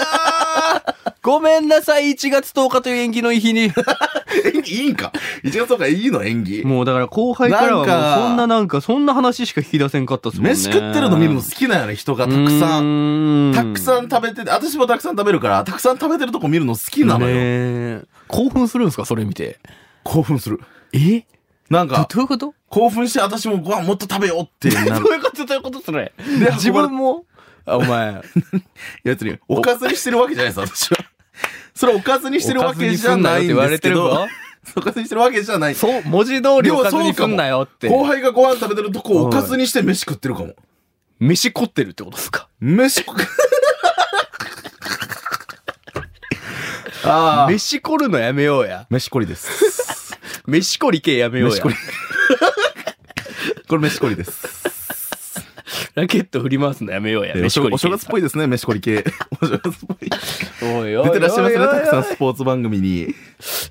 Speaker 4: ごめんなさい、1月10日という縁起のいい日に。
Speaker 3: ー演技いいんか。一月とかいいの演技。
Speaker 4: [laughs] もうだから後輩からはもう
Speaker 3: なんか
Speaker 4: そんななんかそんな話しか引き出せんかったっすもんね。
Speaker 3: 飯食ってるの見るの好きなんよね、人がたくさん。
Speaker 4: ん
Speaker 3: たくさん食べてて、私もたくさん食べるから、たくさん食べてるとこ見るの好きなのよ。
Speaker 4: ねえ興奮するんですかそれ見て。
Speaker 3: 興奮する。
Speaker 4: え
Speaker 3: なんか、
Speaker 4: どういうこと
Speaker 3: 興奮して私もご飯もっと食べようってなる。
Speaker 4: いうことどういうことそれ。
Speaker 3: で
Speaker 4: 自分も、あお [laughs] 前、
Speaker 3: やつに、おかずにしてるわけじゃないです、私は。それおかずにしてるわけじゃないん
Speaker 4: おかず
Speaker 3: で
Speaker 4: に
Speaker 3: す
Speaker 4: す
Speaker 3: けど
Speaker 4: んなよって言わ、
Speaker 3: おかずにしてるわけじゃない。
Speaker 4: そう、文字通り
Speaker 3: で
Speaker 4: お
Speaker 3: も
Speaker 4: かず
Speaker 3: そう
Speaker 4: に
Speaker 3: か
Speaker 4: す
Speaker 3: も
Speaker 4: んなよって。
Speaker 3: 後輩がご飯食べてるとこおかずにして飯食ってるかも。
Speaker 4: 飯凝ってるってことですか
Speaker 3: 飯食、ああ。
Speaker 4: 飯凝るのやめようや。
Speaker 3: 飯こりです。
Speaker 4: 飯凝り系やめようや
Speaker 3: 飯こ。り。これ飯こりです。
Speaker 4: ラケット振り回すのやめようや。
Speaker 3: えーお
Speaker 4: 飯
Speaker 3: 正
Speaker 4: 凝り
Speaker 3: お
Speaker 4: 系
Speaker 3: 正。月っぽいですね、飯こり系。お正月っぽい。
Speaker 4: おいおいおいおい
Speaker 3: 出てらっしゃいますね、たくさんスポーツ番組に。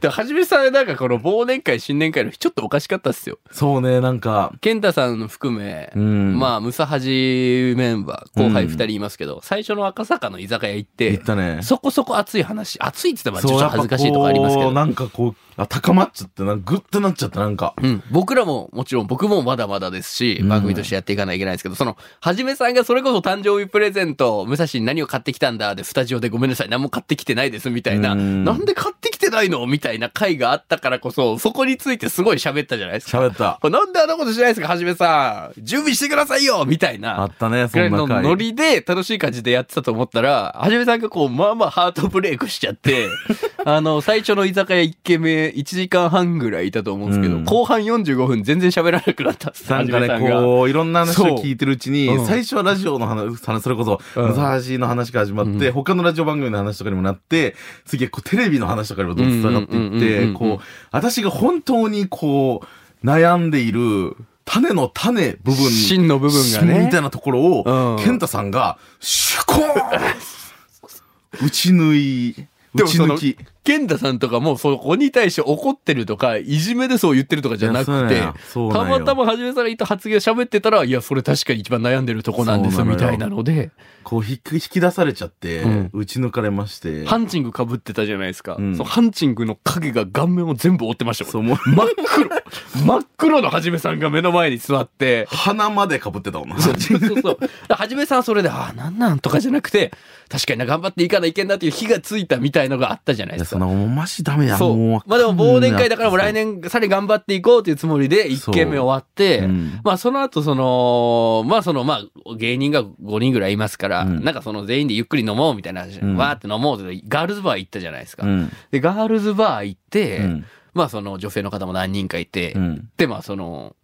Speaker 4: ではじめさん、なんかこの忘年会、新年会の日、ちょっとおかしかったっすよ。
Speaker 3: そうね、なんか。
Speaker 4: 健太さんの含め、
Speaker 3: うん
Speaker 4: まあ、ムサハジメンバー、後輩二人いますけど、最初の赤坂の居酒屋行って、
Speaker 3: 言ったね。
Speaker 4: そこそこ熱い話、熱いって言ったらち
Speaker 3: そう
Speaker 4: ょっと恥ずかしいとかありますけ
Speaker 3: やっぱこうな
Speaker 4: ど。
Speaker 3: んかこう、あ高まっちゃって、なんかグッとなっちゃった、なんか。
Speaker 4: うん、僕らももちろん僕もまだまだですし、
Speaker 3: ん
Speaker 4: 番組としてやっていかないといけないですけど、その、はじめさんがそれこそ誕生日プレゼント、武蔵に何を買ってきたんだで、スタジオでごめんなさい、何も買ってきてないですみたいな、
Speaker 3: うん
Speaker 4: なんで買ってきてないのみたいな回があったからこそ、そこについてすごい喋ったじゃないですか。
Speaker 3: 喋
Speaker 4: [laughs]
Speaker 3: った。
Speaker 4: これなんであんなことしないんですかはじめさん準備してくださいよみたい
Speaker 3: あ
Speaker 4: な
Speaker 3: ったね、そ
Speaker 4: ぐらい
Speaker 3: んな
Speaker 4: の
Speaker 3: 回。
Speaker 4: ノリで楽しい感じでやってたと思ったらはじめさんがこうまあまあハートブレイクしちゃって
Speaker 3: [laughs]
Speaker 4: あの最初の居酒屋1軒目1時間半ぐらいいたと思うんですけど、
Speaker 3: うん
Speaker 4: 後半45分全然喋らなくなったんです
Speaker 3: なんか
Speaker 4: は
Speaker 3: ね
Speaker 4: じめさんが
Speaker 3: こういろんな話を聞いてるうちに
Speaker 4: そううん
Speaker 3: 最初はラジオの話話それこそ
Speaker 4: う
Speaker 3: 武
Speaker 4: ん
Speaker 3: 蔵の話が始まって、
Speaker 4: う
Speaker 3: 他のラジオ番組の話とかにもなって次はこうテレビの話とかにもどんどん繋がっていっ
Speaker 4: うんうんうんうんうんう
Speaker 3: て
Speaker 4: ん
Speaker 3: こう私が本当にこう悩んでいる種の種部分
Speaker 4: 芯の部分がね
Speaker 3: みたいなところを、
Speaker 4: うん
Speaker 3: 健太さんがシュコーン打ち抜い
Speaker 4: で
Speaker 3: 打
Speaker 4: も
Speaker 3: ち
Speaker 4: その
Speaker 3: 抜き
Speaker 4: 玄太さんとかもそこに対して怒ってるとか、いじめでそう言ってるとかじゃなくて、
Speaker 3: そう
Speaker 4: た
Speaker 3: なんよ
Speaker 4: またまはじめさんが言った発言を喋ってたら、いや、それ確かに一番悩んでるとこなんで
Speaker 3: そ
Speaker 4: す、
Speaker 3: うなの
Speaker 4: み
Speaker 3: よ
Speaker 4: たいなので、
Speaker 3: こう引き引き出されちゃって、
Speaker 4: うん
Speaker 3: 打ち抜かれまして。
Speaker 4: ハンチング被ってたじゃないですか。
Speaker 3: うん
Speaker 4: そのハンチングの影が顔面を全部覆ってましたもん
Speaker 3: そう、もう、
Speaker 4: 真っ黒 [laughs] 真っ黒のはじめさんが目の前に座って、
Speaker 3: 鼻まで被ってたもんな。
Speaker 4: そうそうそう。はじめさんはそれで、ああ、なんなんとかじゃなくて、確かにな、頑張っていかないけんなっていう火がついたみたいのがあったじゃな
Speaker 3: い
Speaker 4: いで
Speaker 3: や、
Speaker 4: す
Speaker 3: そん。な
Speaker 4: か
Speaker 3: もうマジダメや。
Speaker 4: そ
Speaker 3: も
Speaker 4: う。まあでも忘年会だからもう来年さらに頑張っていこうというつもりで1軒目終わって、
Speaker 3: うん
Speaker 4: まあその後その、まあそのまあ芸人が5人ぐらいいますから、
Speaker 3: うん
Speaker 4: なんかその全員でゆっくり飲もうみたいな話で、
Speaker 3: うん
Speaker 4: わーって飲もうってガールズバー行ったじゃないですか。
Speaker 3: うん。
Speaker 4: で、ガールズバー行って、
Speaker 3: うん
Speaker 4: まあその女性の方も何人かいて、
Speaker 3: うん。
Speaker 4: でまあその、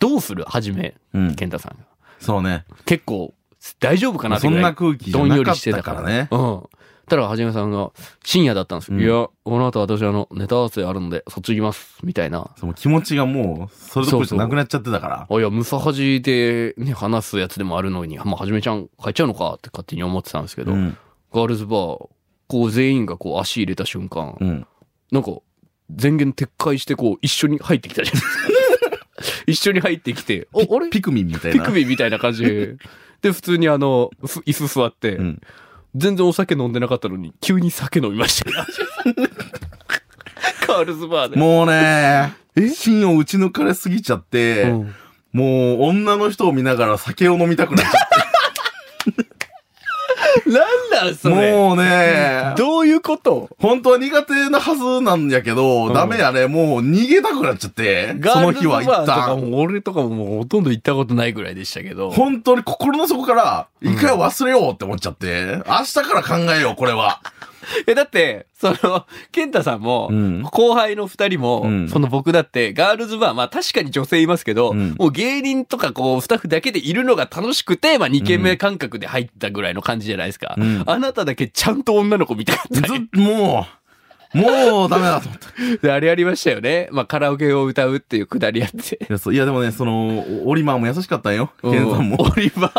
Speaker 4: どうするはじめ、
Speaker 3: うん。
Speaker 4: 健太さんが。
Speaker 3: そうね。
Speaker 4: 結構大丈夫かなって
Speaker 3: そ
Speaker 4: ぐら
Speaker 3: ん
Speaker 4: い
Speaker 3: な空気じ
Speaker 4: ど
Speaker 3: ゃ
Speaker 4: んよ
Speaker 3: なか
Speaker 4: り
Speaker 3: っ
Speaker 4: して
Speaker 3: た
Speaker 4: たか
Speaker 3: からら
Speaker 4: ね
Speaker 3: ね。。
Speaker 4: うん。たらはじめさんが深夜だったんですよ。
Speaker 3: うん
Speaker 4: いや、この後私あのネタ合わせあるのでそっち行きます。みたいな。
Speaker 3: その気持ちがもう、それどころじゃなくなっちゃってたから。
Speaker 4: あいや、ムサハジでね、話すやつでもあるのに、まあ、はじめちゃん帰っちゃうのかって勝手に思ってたんですけど、
Speaker 3: うん。
Speaker 4: ガールズバー、こう全員がこう足入れた瞬間、
Speaker 3: うん。
Speaker 4: なんか、前言撤回してこう一緒に入ってきたじゃない [laughs] ですか。一緒に入ってきて、お、あれ
Speaker 3: ピクミンみたい
Speaker 4: ピ
Speaker 3: な。
Speaker 4: クミンみたいな感じで。で、普通にあの、ふ椅子座って、
Speaker 3: うん
Speaker 4: 全然お酒飲んでなかったのに、急に酒飲みましたよ。 [laughs] カールズバーで。
Speaker 3: もう
Speaker 4: [laughs]
Speaker 3: ね、芯を打ち抜かれすぎちゃって、
Speaker 4: うん
Speaker 3: もう女の人を見ながら酒を飲みたくなっちゃっ
Speaker 4: なんなん
Speaker 3: て。
Speaker 4: それ。
Speaker 3: もうね、
Speaker 4: どういうこと
Speaker 3: 本当は苦手なはずなんやけど、
Speaker 4: うん
Speaker 3: ダメやね、もう逃げたくなっちゃって、そ
Speaker 4: ガー
Speaker 3: の
Speaker 4: ルズ
Speaker 3: 日は
Speaker 4: バ
Speaker 3: 一
Speaker 4: ーとか
Speaker 3: 旦。
Speaker 4: も俺とかももうほとんど行ったことないぐらいでしたけど。
Speaker 3: 本当に心の底から、一回忘れようって思っちゃって、明日から考えよう、これは。
Speaker 4: [laughs] え、だって、その、健太さんも、
Speaker 3: うん
Speaker 4: 後輩の二人も、
Speaker 3: うん
Speaker 4: その僕だって、ガールズバー、まあ確かに女性いますけど、
Speaker 3: うん
Speaker 4: もう芸人とかこう、スタッフだけでいるのが楽しくて、まあ二軒目感覚で入ったぐらいの感じじゃないですか。
Speaker 3: うん
Speaker 4: あなただけちゃんと女の子見たか
Speaker 3: ず
Speaker 4: っ
Speaker 3: っと、もう、もうダメだと思った。
Speaker 4: た。であれありましたよね。まあカラオケを歌うっていうくだり
Speaker 3: [laughs]
Speaker 4: やって。
Speaker 3: いや、そういやでもね、その、おオリマーも優しかったんよ。ケンさんも
Speaker 4: う。オリバー。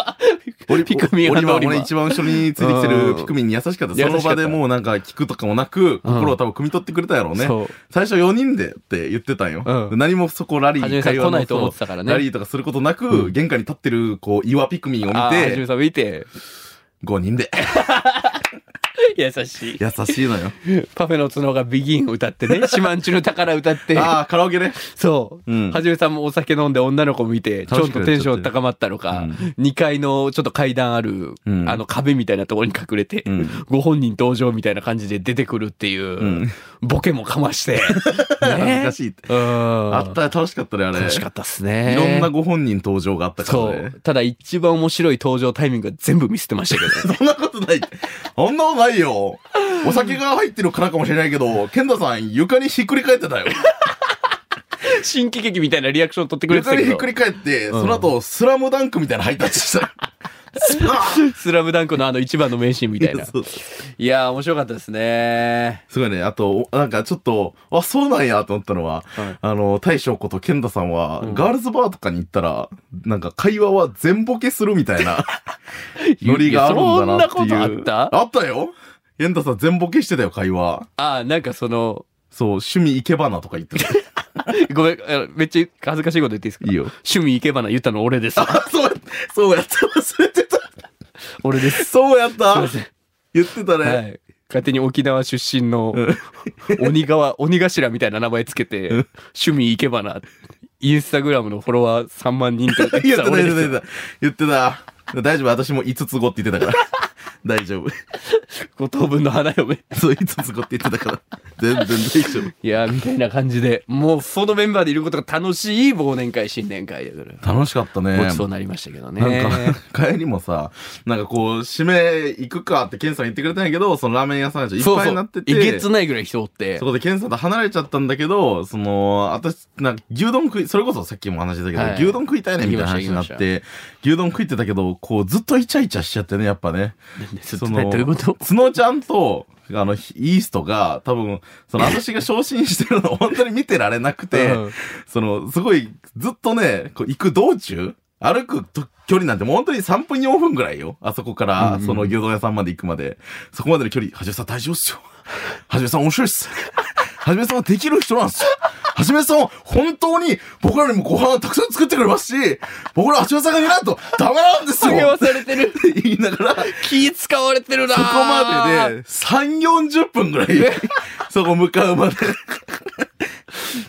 Speaker 4: ピクミン
Speaker 3: オリ
Speaker 4: 派の
Speaker 3: マ
Speaker 4: オ
Speaker 3: ー
Speaker 4: リ
Speaker 3: も
Speaker 4: バ
Speaker 3: ね、
Speaker 4: ー。
Speaker 3: 一番後ろについてきて
Speaker 4: う
Speaker 3: る
Speaker 4: ん
Speaker 3: ピクミンに優しかった。
Speaker 4: 優し
Speaker 3: そ
Speaker 4: かっ
Speaker 3: の
Speaker 4: た
Speaker 3: 場でもうなんか聞くとかもなく、心を多分汲み取ってくれたやろうね。
Speaker 4: そう
Speaker 3: 最初4人でって言ってたんよ。
Speaker 4: うん
Speaker 3: 何もそこラリ
Speaker 4: はじめ
Speaker 3: ー、
Speaker 4: さん
Speaker 3: 会話
Speaker 4: 来ない
Speaker 3: の
Speaker 4: と思って
Speaker 3: そ
Speaker 4: たか
Speaker 3: う
Speaker 4: らね
Speaker 3: ラリーとかすることなく、玄関に立ってる、こう、岩ピクミンを見
Speaker 4: あーはじめ
Speaker 3: て、
Speaker 4: さん見て。
Speaker 3: 5人で。 [laughs]
Speaker 4: 優しい。
Speaker 3: 優しい
Speaker 4: [laughs]
Speaker 3: のよ。
Speaker 4: パフェの角がビギン歌ってね、島んちの宝歌って。
Speaker 3: ああ、カラオケね。
Speaker 4: そう、
Speaker 3: うん
Speaker 4: はじめさんもお酒飲んで女の子見て、ちょ
Speaker 3: 楽
Speaker 4: っ
Speaker 3: しく
Speaker 4: と
Speaker 3: なっちゃって
Speaker 4: テンション高まったのか、2階のちょっと階段ある、
Speaker 3: うん
Speaker 4: あの壁みたいなところに隠れて、
Speaker 3: ん
Speaker 4: ご本人登場みたいな感じで出てくるっていう、
Speaker 3: ん
Speaker 4: ボケもかま [laughs] して。ね
Speaker 3: 恥ずかしいって。
Speaker 4: うん。
Speaker 3: あった、楽しかったね、あれ。
Speaker 4: 楽しかったっすね。
Speaker 3: いろんなご本人登場があったから
Speaker 4: そ
Speaker 3: ね
Speaker 4: う。。ただ一番面白い登場タイミングは全部見捨てましたけどね。
Speaker 3: そんなことない。そんなことないよ。お酒が入ってるからかもしれないけど、健太さん床にひっくり返ってたよ。
Speaker 4: [laughs] 新喜劇みたいなリアクション取ってくれて
Speaker 3: 床
Speaker 4: た
Speaker 3: にひ
Speaker 4: け
Speaker 3: っ
Speaker 4: ど
Speaker 3: く。り返って、その後、スラムダンクみたいなハイタッチした。スパー
Speaker 4: [laughs] スラムダンクのあの一番の名シーンみたい
Speaker 3: [laughs]
Speaker 4: な。
Speaker 3: そう
Speaker 4: いやー、面白かったですね。
Speaker 3: すごいね。あと、おなんかちょっと、あ、そうなんやと思ったのは、
Speaker 4: はい
Speaker 3: あの、大将こと健太さんは、ガールズバーとかに行ったら、なんか会話は全ボケするみたい
Speaker 4: [laughs]
Speaker 3: な、ノリがあるんだなっていう。
Speaker 4: いやそんなことあった
Speaker 3: あったよ。健太さん全ボケしてたよ、会話。
Speaker 4: あー、なんかその、
Speaker 3: そう、趣味いけばなとか言って
Speaker 4: [laughs]
Speaker 3: た。
Speaker 4: ごめん、あのめっちゃ恥ずかしいこと言っていいですか
Speaker 3: いいよ。
Speaker 4: 趣味いけばな言ったの俺です。
Speaker 3: あ、そうや、そうやった。忘れてた。
Speaker 4: 俺です。
Speaker 3: そうやった
Speaker 4: ません。
Speaker 3: 言ってたね。
Speaker 4: [laughs] はい。勝手に沖縄出身の鬼川、鬼頭みたいな名前つけて、趣味いけばな、インスタグラムのフォロワー3万人と
Speaker 3: [laughs]
Speaker 4: か
Speaker 3: 言っ
Speaker 4: 言
Speaker 3: た、
Speaker 4: っててた
Speaker 3: 言
Speaker 4: 俺
Speaker 3: っ
Speaker 4: で
Speaker 3: て
Speaker 4: す。
Speaker 3: た、言ってた。大丈夫、私も5つ語って言ってた [laughs] から。大丈夫。
Speaker 4: 五等分の花嫁。
Speaker 3: そう、5つ語って言ってたから。全然大丈夫。
Speaker 4: いやー、みたいな感じで、もうそのメンバーでいることが楽しい忘年会、新年会で、それ
Speaker 3: 楽しかったね
Speaker 4: ごちそうになりましたけどね。
Speaker 3: なんか、帰りもさ、なんかこう、締め行くかってケンさん言ってくれたんやけど、そのラーメン屋さんがいっぱいになってて、
Speaker 4: [laughs] そうそうえげつないぐらい人おって [laughs]
Speaker 3: そ。こで検査と離れちゃったんだけど、その、私、なんか牛丼食い、それこそさっきも話したけど、
Speaker 4: はい
Speaker 3: 牛丼食いたいねみたいな話になっ
Speaker 4: 行きま
Speaker 3: て、牛丼食いってたけど、こうずっとイチャイチャしちゃってね、やっぱ [laughs] ね。
Speaker 4: ちょっ
Speaker 3: そ
Speaker 4: とね
Speaker 3: の
Speaker 4: どういうこと
Speaker 3: スノーちゃんと、あの、イーストが、多分、その、私が昇進してるのを本当に見てられなくて、
Speaker 4: うん
Speaker 3: その、すごい、ずっとね、こう、行く道中、歩くと距離なんてもう本当に3分4分ぐらいよ。あそこから、その牛丼屋さんまで行くまで。そこまでの距離、はじめさん大丈夫っすよ。はじめさん面白いっす。はじめさんはできる人なんですよ。はじめさんは本当に僕らにもご飯をたくさん作ってくれますし、僕らはじめさんがいないとダメなんですよ
Speaker 4: 励まされてる
Speaker 3: って言いながら、
Speaker 4: 気使われてるな
Speaker 3: そこまで
Speaker 4: で
Speaker 3: で3、40分ぐらい、そこ向かうまで。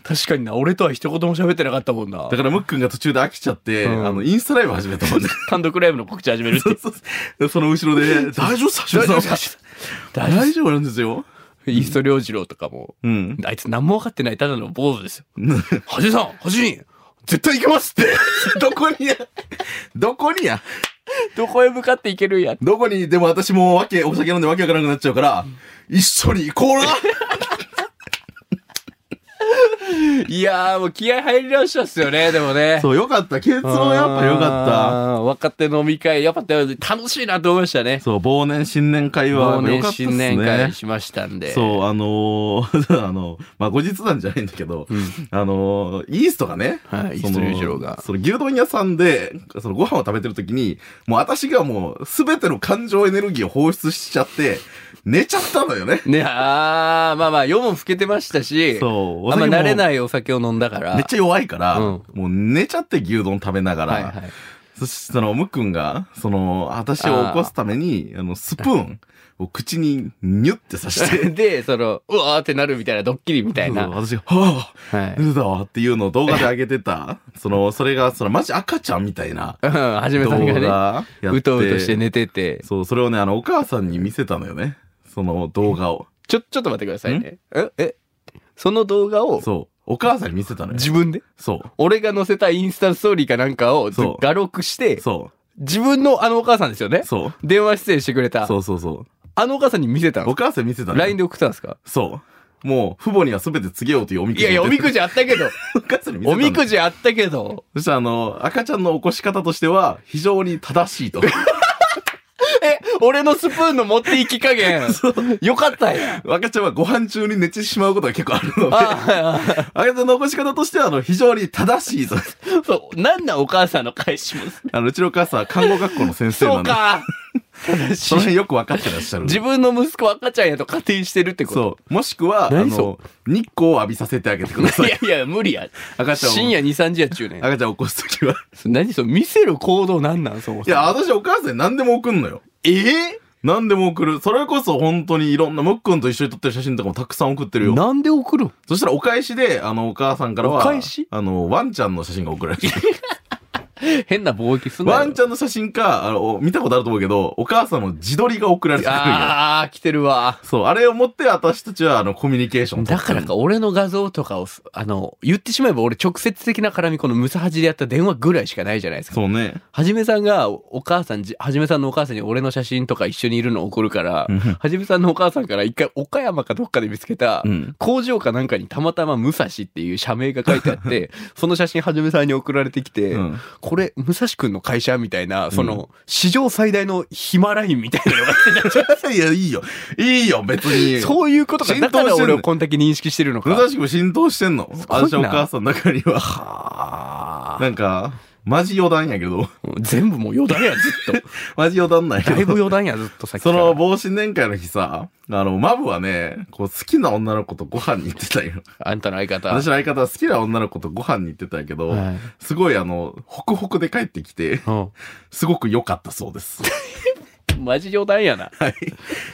Speaker 4: 確かにな俺とは一言も喋ってなかったもんな
Speaker 3: だからムックンが途中で飽きちゃって、
Speaker 4: うん
Speaker 3: あの、インスタライブ始めたもんね。
Speaker 4: 単独ライブの告知始めるって
Speaker 3: そうそうその後ろで、大丈夫さ、
Speaker 4: 大丈夫っす
Speaker 3: 大丈夫大丈夫なんですよ。
Speaker 4: イースト良次郎とかも、
Speaker 3: うん。
Speaker 4: あいつ何も分かってないただの坊主です [laughs] よはじめさんはじめ絶対行けますって
Speaker 3: [laughs] どこにや、どこにや、
Speaker 4: どこへ向かって行けるんや
Speaker 3: どこに、でも私もわけ、お酒飲んでわけわからなくなっちゃうから、一緒に行こうな
Speaker 4: [laughs] いやーもう気合入り直したっすよねでもね
Speaker 3: そう、よかった。結論やっぱよかっ
Speaker 4: った若手飲み会やっぱ楽しいなと思いましたね
Speaker 3: た。そう、忘年新年会はや
Speaker 4: 忘
Speaker 3: っぱよ
Speaker 4: 年
Speaker 3: かったっすね。
Speaker 4: 新年会しましたんで
Speaker 3: そう、あのー [laughs] あの、まあ、後日談じゃないんだけど、あのーイーストがね、
Speaker 4: はい
Speaker 3: そ
Speaker 4: イースト
Speaker 3: の
Speaker 4: 龍二郎が
Speaker 3: その牛丼屋さんで、そのご飯を食べてる時に、もう私がもう、すべての感情エネルギーを放出しちゃって、寝ちゃったのよね。
Speaker 4: ねあーまあまあ夜も更けてましたし
Speaker 3: そう、
Speaker 4: あんま慣れ
Speaker 3: い。
Speaker 4: ないお酒を飲んだから
Speaker 3: めっちゃ弱いから、
Speaker 4: うん
Speaker 3: もう寝ちゃって牛丼食べながら、
Speaker 4: はいはい
Speaker 3: そしてその、むっくんが、その、私を起こすために、あの、スプーンを口にニュって刺して、
Speaker 4: で、その、うわーってなるみたいな、ドッキリみたい
Speaker 3: そう
Speaker 4: な。
Speaker 3: 私が、はぁ、
Speaker 4: はい。
Speaker 3: うだわっていうのを動画で上げてた。 [laughs] その、それが、その、マジ赤ちゃんみたい
Speaker 4: [laughs]
Speaker 3: な
Speaker 4: うん、はじめ
Speaker 3: 動
Speaker 4: さ
Speaker 3: 画
Speaker 4: んが
Speaker 3: やって。
Speaker 4: ね、うとうとして寝てて。
Speaker 3: そう、それをね、あの、お母さんに見せたのよね。その動画を。
Speaker 4: ちょ、ちょっと待ってくださいね。ええその動画を、
Speaker 3: そう。お母さんに見せたのよ。
Speaker 4: 自分で
Speaker 3: そ
Speaker 4: 俺が載せたインスタストーリーかなんかをず
Speaker 3: そう
Speaker 4: 画録し
Speaker 3: う。
Speaker 4: て、
Speaker 3: そ
Speaker 4: 自分のあのお母さんですよね
Speaker 3: う。。そう。
Speaker 4: 電話出演してくれた。
Speaker 3: そうそうそう。
Speaker 4: あのお母さんに見せた
Speaker 3: お
Speaker 4: の
Speaker 3: 母さんに見せたのよ。
Speaker 4: ?LINE で送ったんですか
Speaker 3: そう。もう、父母には全て告げようというおみく
Speaker 4: い
Speaker 3: じ。
Speaker 4: やいや、おみく
Speaker 3: じ。
Speaker 4: じあったけど、
Speaker 3: お母さんに [laughs] 見せた
Speaker 4: お
Speaker 3: のよ
Speaker 4: みくじあったけど。
Speaker 3: そしたら、あの、赤ちゃんの起こし方としては、非常に正
Speaker 4: [laughs]
Speaker 3: しいと。
Speaker 4: え、俺のスプーンの持っていき加減、よかった
Speaker 3: [laughs]
Speaker 4: んや。
Speaker 3: 赤ちゃんはご飯中に寝てしまうことが結構あるので、
Speaker 4: あーあー
Speaker 3: 赤ちゃんの起こし方としては、あの、非常に正し
Speaker 4: [laughs]
Speaker 3: いと。
Speaker 4: そう、なんなんお母さんの返しも。
Speaker 3: あの、うちのお母さんは看護学校の先生
Speaker 4: そ
Speaker 3: な
Speaker 4: うん
Speaker 3: で、
Speaker 4: か。
Speaker 3: [laughs] その辺よく分かってらっしゃる。
Speaker 4: [laughs] 自分の息子を赤ちゃんやと仮定してるってこと。
Speaker 3: そう。もしくは、あ
Speaker 4: 何
Speaker 3: の
Speaker 4: そ、
Speaker 3: 日光を浴びさせてあげてくださ
Speaker 4: い
Speaker 3: い。
Speaker 4: やいや、無理や。
Speaker 3: 赤ちゃんを
Speaker 4: 深夜2、3時やっちゅうねん。
Speaker 3: 赤ちゃんを起こすときは。 [laughs]
Speaker 4: 何その見せる行動なんなんそも
Speaker 3: いや、私お母さんに何でも送んのよ。
Speaker 4: ええ
Speaker 3: 何でも送る。それこそ本当にいろんな、ムックンと一緒に撮ってる写真とかもたくさん送ってるよ。
Speaker 4: なんで送るん
Speaker 3: そしたらお返しで、あの、お母さんからは、
Speaker 4: お返し
Speaker 3: あの、ワンちゃんの写真が送られて
Speaker 4: [laughs]
Speaker 3: る。
Speaker 4: 変な貿易すんなよ。
Speaker 3: ワンちゃんの写真か、あの、見たことあると思うけど、お母さんの自撮りが送られてくるよ。
Speaker 4: ああ、来てるわ。
Speaker 3: そう、あれを持って私たちは、あの、コミュニケーションを取
Speaker 4: だ
Speaker 3: って
Speaker 4: か
Speaker 3: る
Speaker 4: らか、俺の画像とかをす、あの、言ってしまえば俺直接的な絡み、このムサハジでやった電話ぐらいしかないじゃないですか。
Speaker 3: そうね。
Speaker 4: はじめさんが、お母さんじ、はじめさんのお母さんに俺の写真とか一緒にいるの送るから、はじめさんのお母さんから一回岡山かどっかで見つけた、
Speaker 3: うん
Speaker 4: 工場かなんかにたまたま武蔵っていう社名が書いてあ [laughs] って、その写真はじめさんに送られてきて、
Speaker 3: うん
Speaker 4: これ、武蔵くんの会社みたいな、その、史上最大のヒマラインみたいなのが来てた
Speaker 3: いや、いいよ。いいよ、別に。
Speaker 4: そういうことか。
Speaker 3: 浸透
Speaker 4: だ
Speaker 3: してん
Speaker 4: か
Speaker 3: の
Speaker 4: ら俺をこんだけ認識してるの
Speaker 3: 武蔵
Speaker 4: か。
Speaker 3: 君浸透してんの
Speaker 4: ごいな
Speaker 3: 私はお母さんの中には。
Speaker 4: あー
Speaker 3: なんか、マジ余談やけど。 [laughs]
Speaker 4: 全 [laughs] 部もう余談や、ずっ
Speaker 3: マジ余談ない
Speaker 4: と。 [laughs] だ
Speaker 3: け
Speaker 4: いぶ
Speaker 3: ど。
Speaker 4: 余談や、ずっとさっきか
Speaker 3: そ
Speaker 4: ら。
Speaker 3: の、某新年会の日さ、あの、マブはね、こう、好きな女の子とご飯に行ってたよ。
Speaker 4: [laughs] あんたの相方。
Speaker 3: 私の相方は好きな女の子とご飯に行ってたんやけど、
Speaker 4: はい
Speaker 3: すごいあの、ホクホクで帰ってきて、
Speaker 4: うん
Speaker 3: すごく良かったそうです。
Speaker 4: マジ冗談やな。
Speaker 3: はい。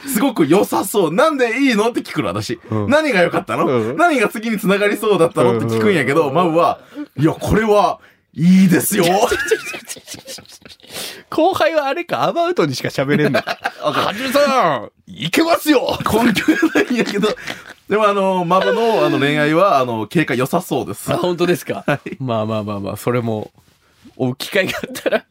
Speaker 3: すごく良さそう。なんでいいのって聞くの、私。
Speaker 4: うん
Speaker 3: 何が良かったの、
Speaker 4: うん
Speaker 3: 何が次に繋がりそうだったのって聞くんやけど、マブは、いや、これは、いいです [laughs] よ。
Speaker 4: 後輩はあれか、アバウトにしか喋れんの。はじめさん、いけますよ
Speaker 3: 根拠がないんやけど、でもあの、マブのあの恋愛は、あの、経過良さそうです
Speaker 4: あ、。本当です [laughs] か。まあまあまあまあ、それも、お機会があったら、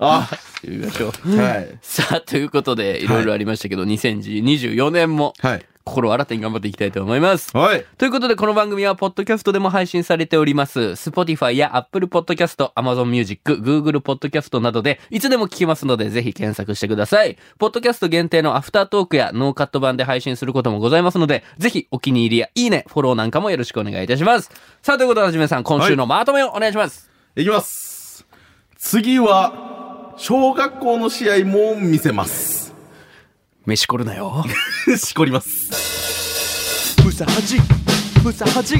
Speaker 3: あ、
Speaker 4: 言いましょう。 [laughs]
Speaker 3: はい。
Speaker 4: さあ、ということで、いろいろありましたけど、2024年も、
Speaker 3: はい。
Speaker 4: 心を新たに頑張っていきたいと思います。
Speaker 3: はい。
Speaker 4: ということで、この番組は、ポッドキャストでも配信されております。Spotify や Apple Podcast、Amazon Music、Google Podcast などで、いつでも聞けますので、ぜひ検索してください。ポッドキャスト限定のアフタートークやノーカット版で配信することもございますので、ぜひお気に入りやいいね、フォローなんかもよろしくお願いいたします。さあ、ということで、はじめさん、今週のまとめをお願いします。
Speaker 3: いきます。次は、小学校の試合も見せます。[laughs]
Speaker 4: [laughs] 飯こるなよ。
Speaker 3: しこります。
Speaker 1: ムサハジムサハジ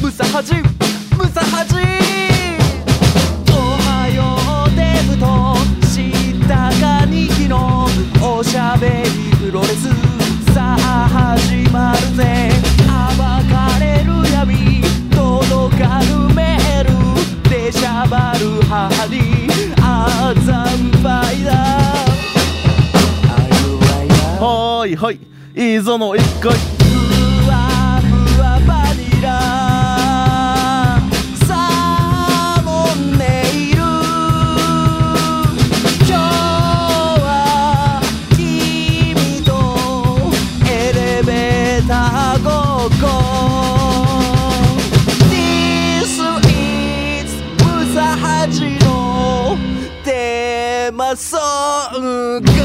Speaker 1: ムサハジムサハジおはようデブとしたかにきのおしゃべりプロレスさあ始まるぜ暴かれる闇届かぬメールでしゃばる母にあざんぱいだ
Speaker 3: はーいはい。いいぞの一回。
Speaker 1: ふわふわバニラサーモンネイル今日は君とエレベーターごっこ This is ムサハジのテーマソング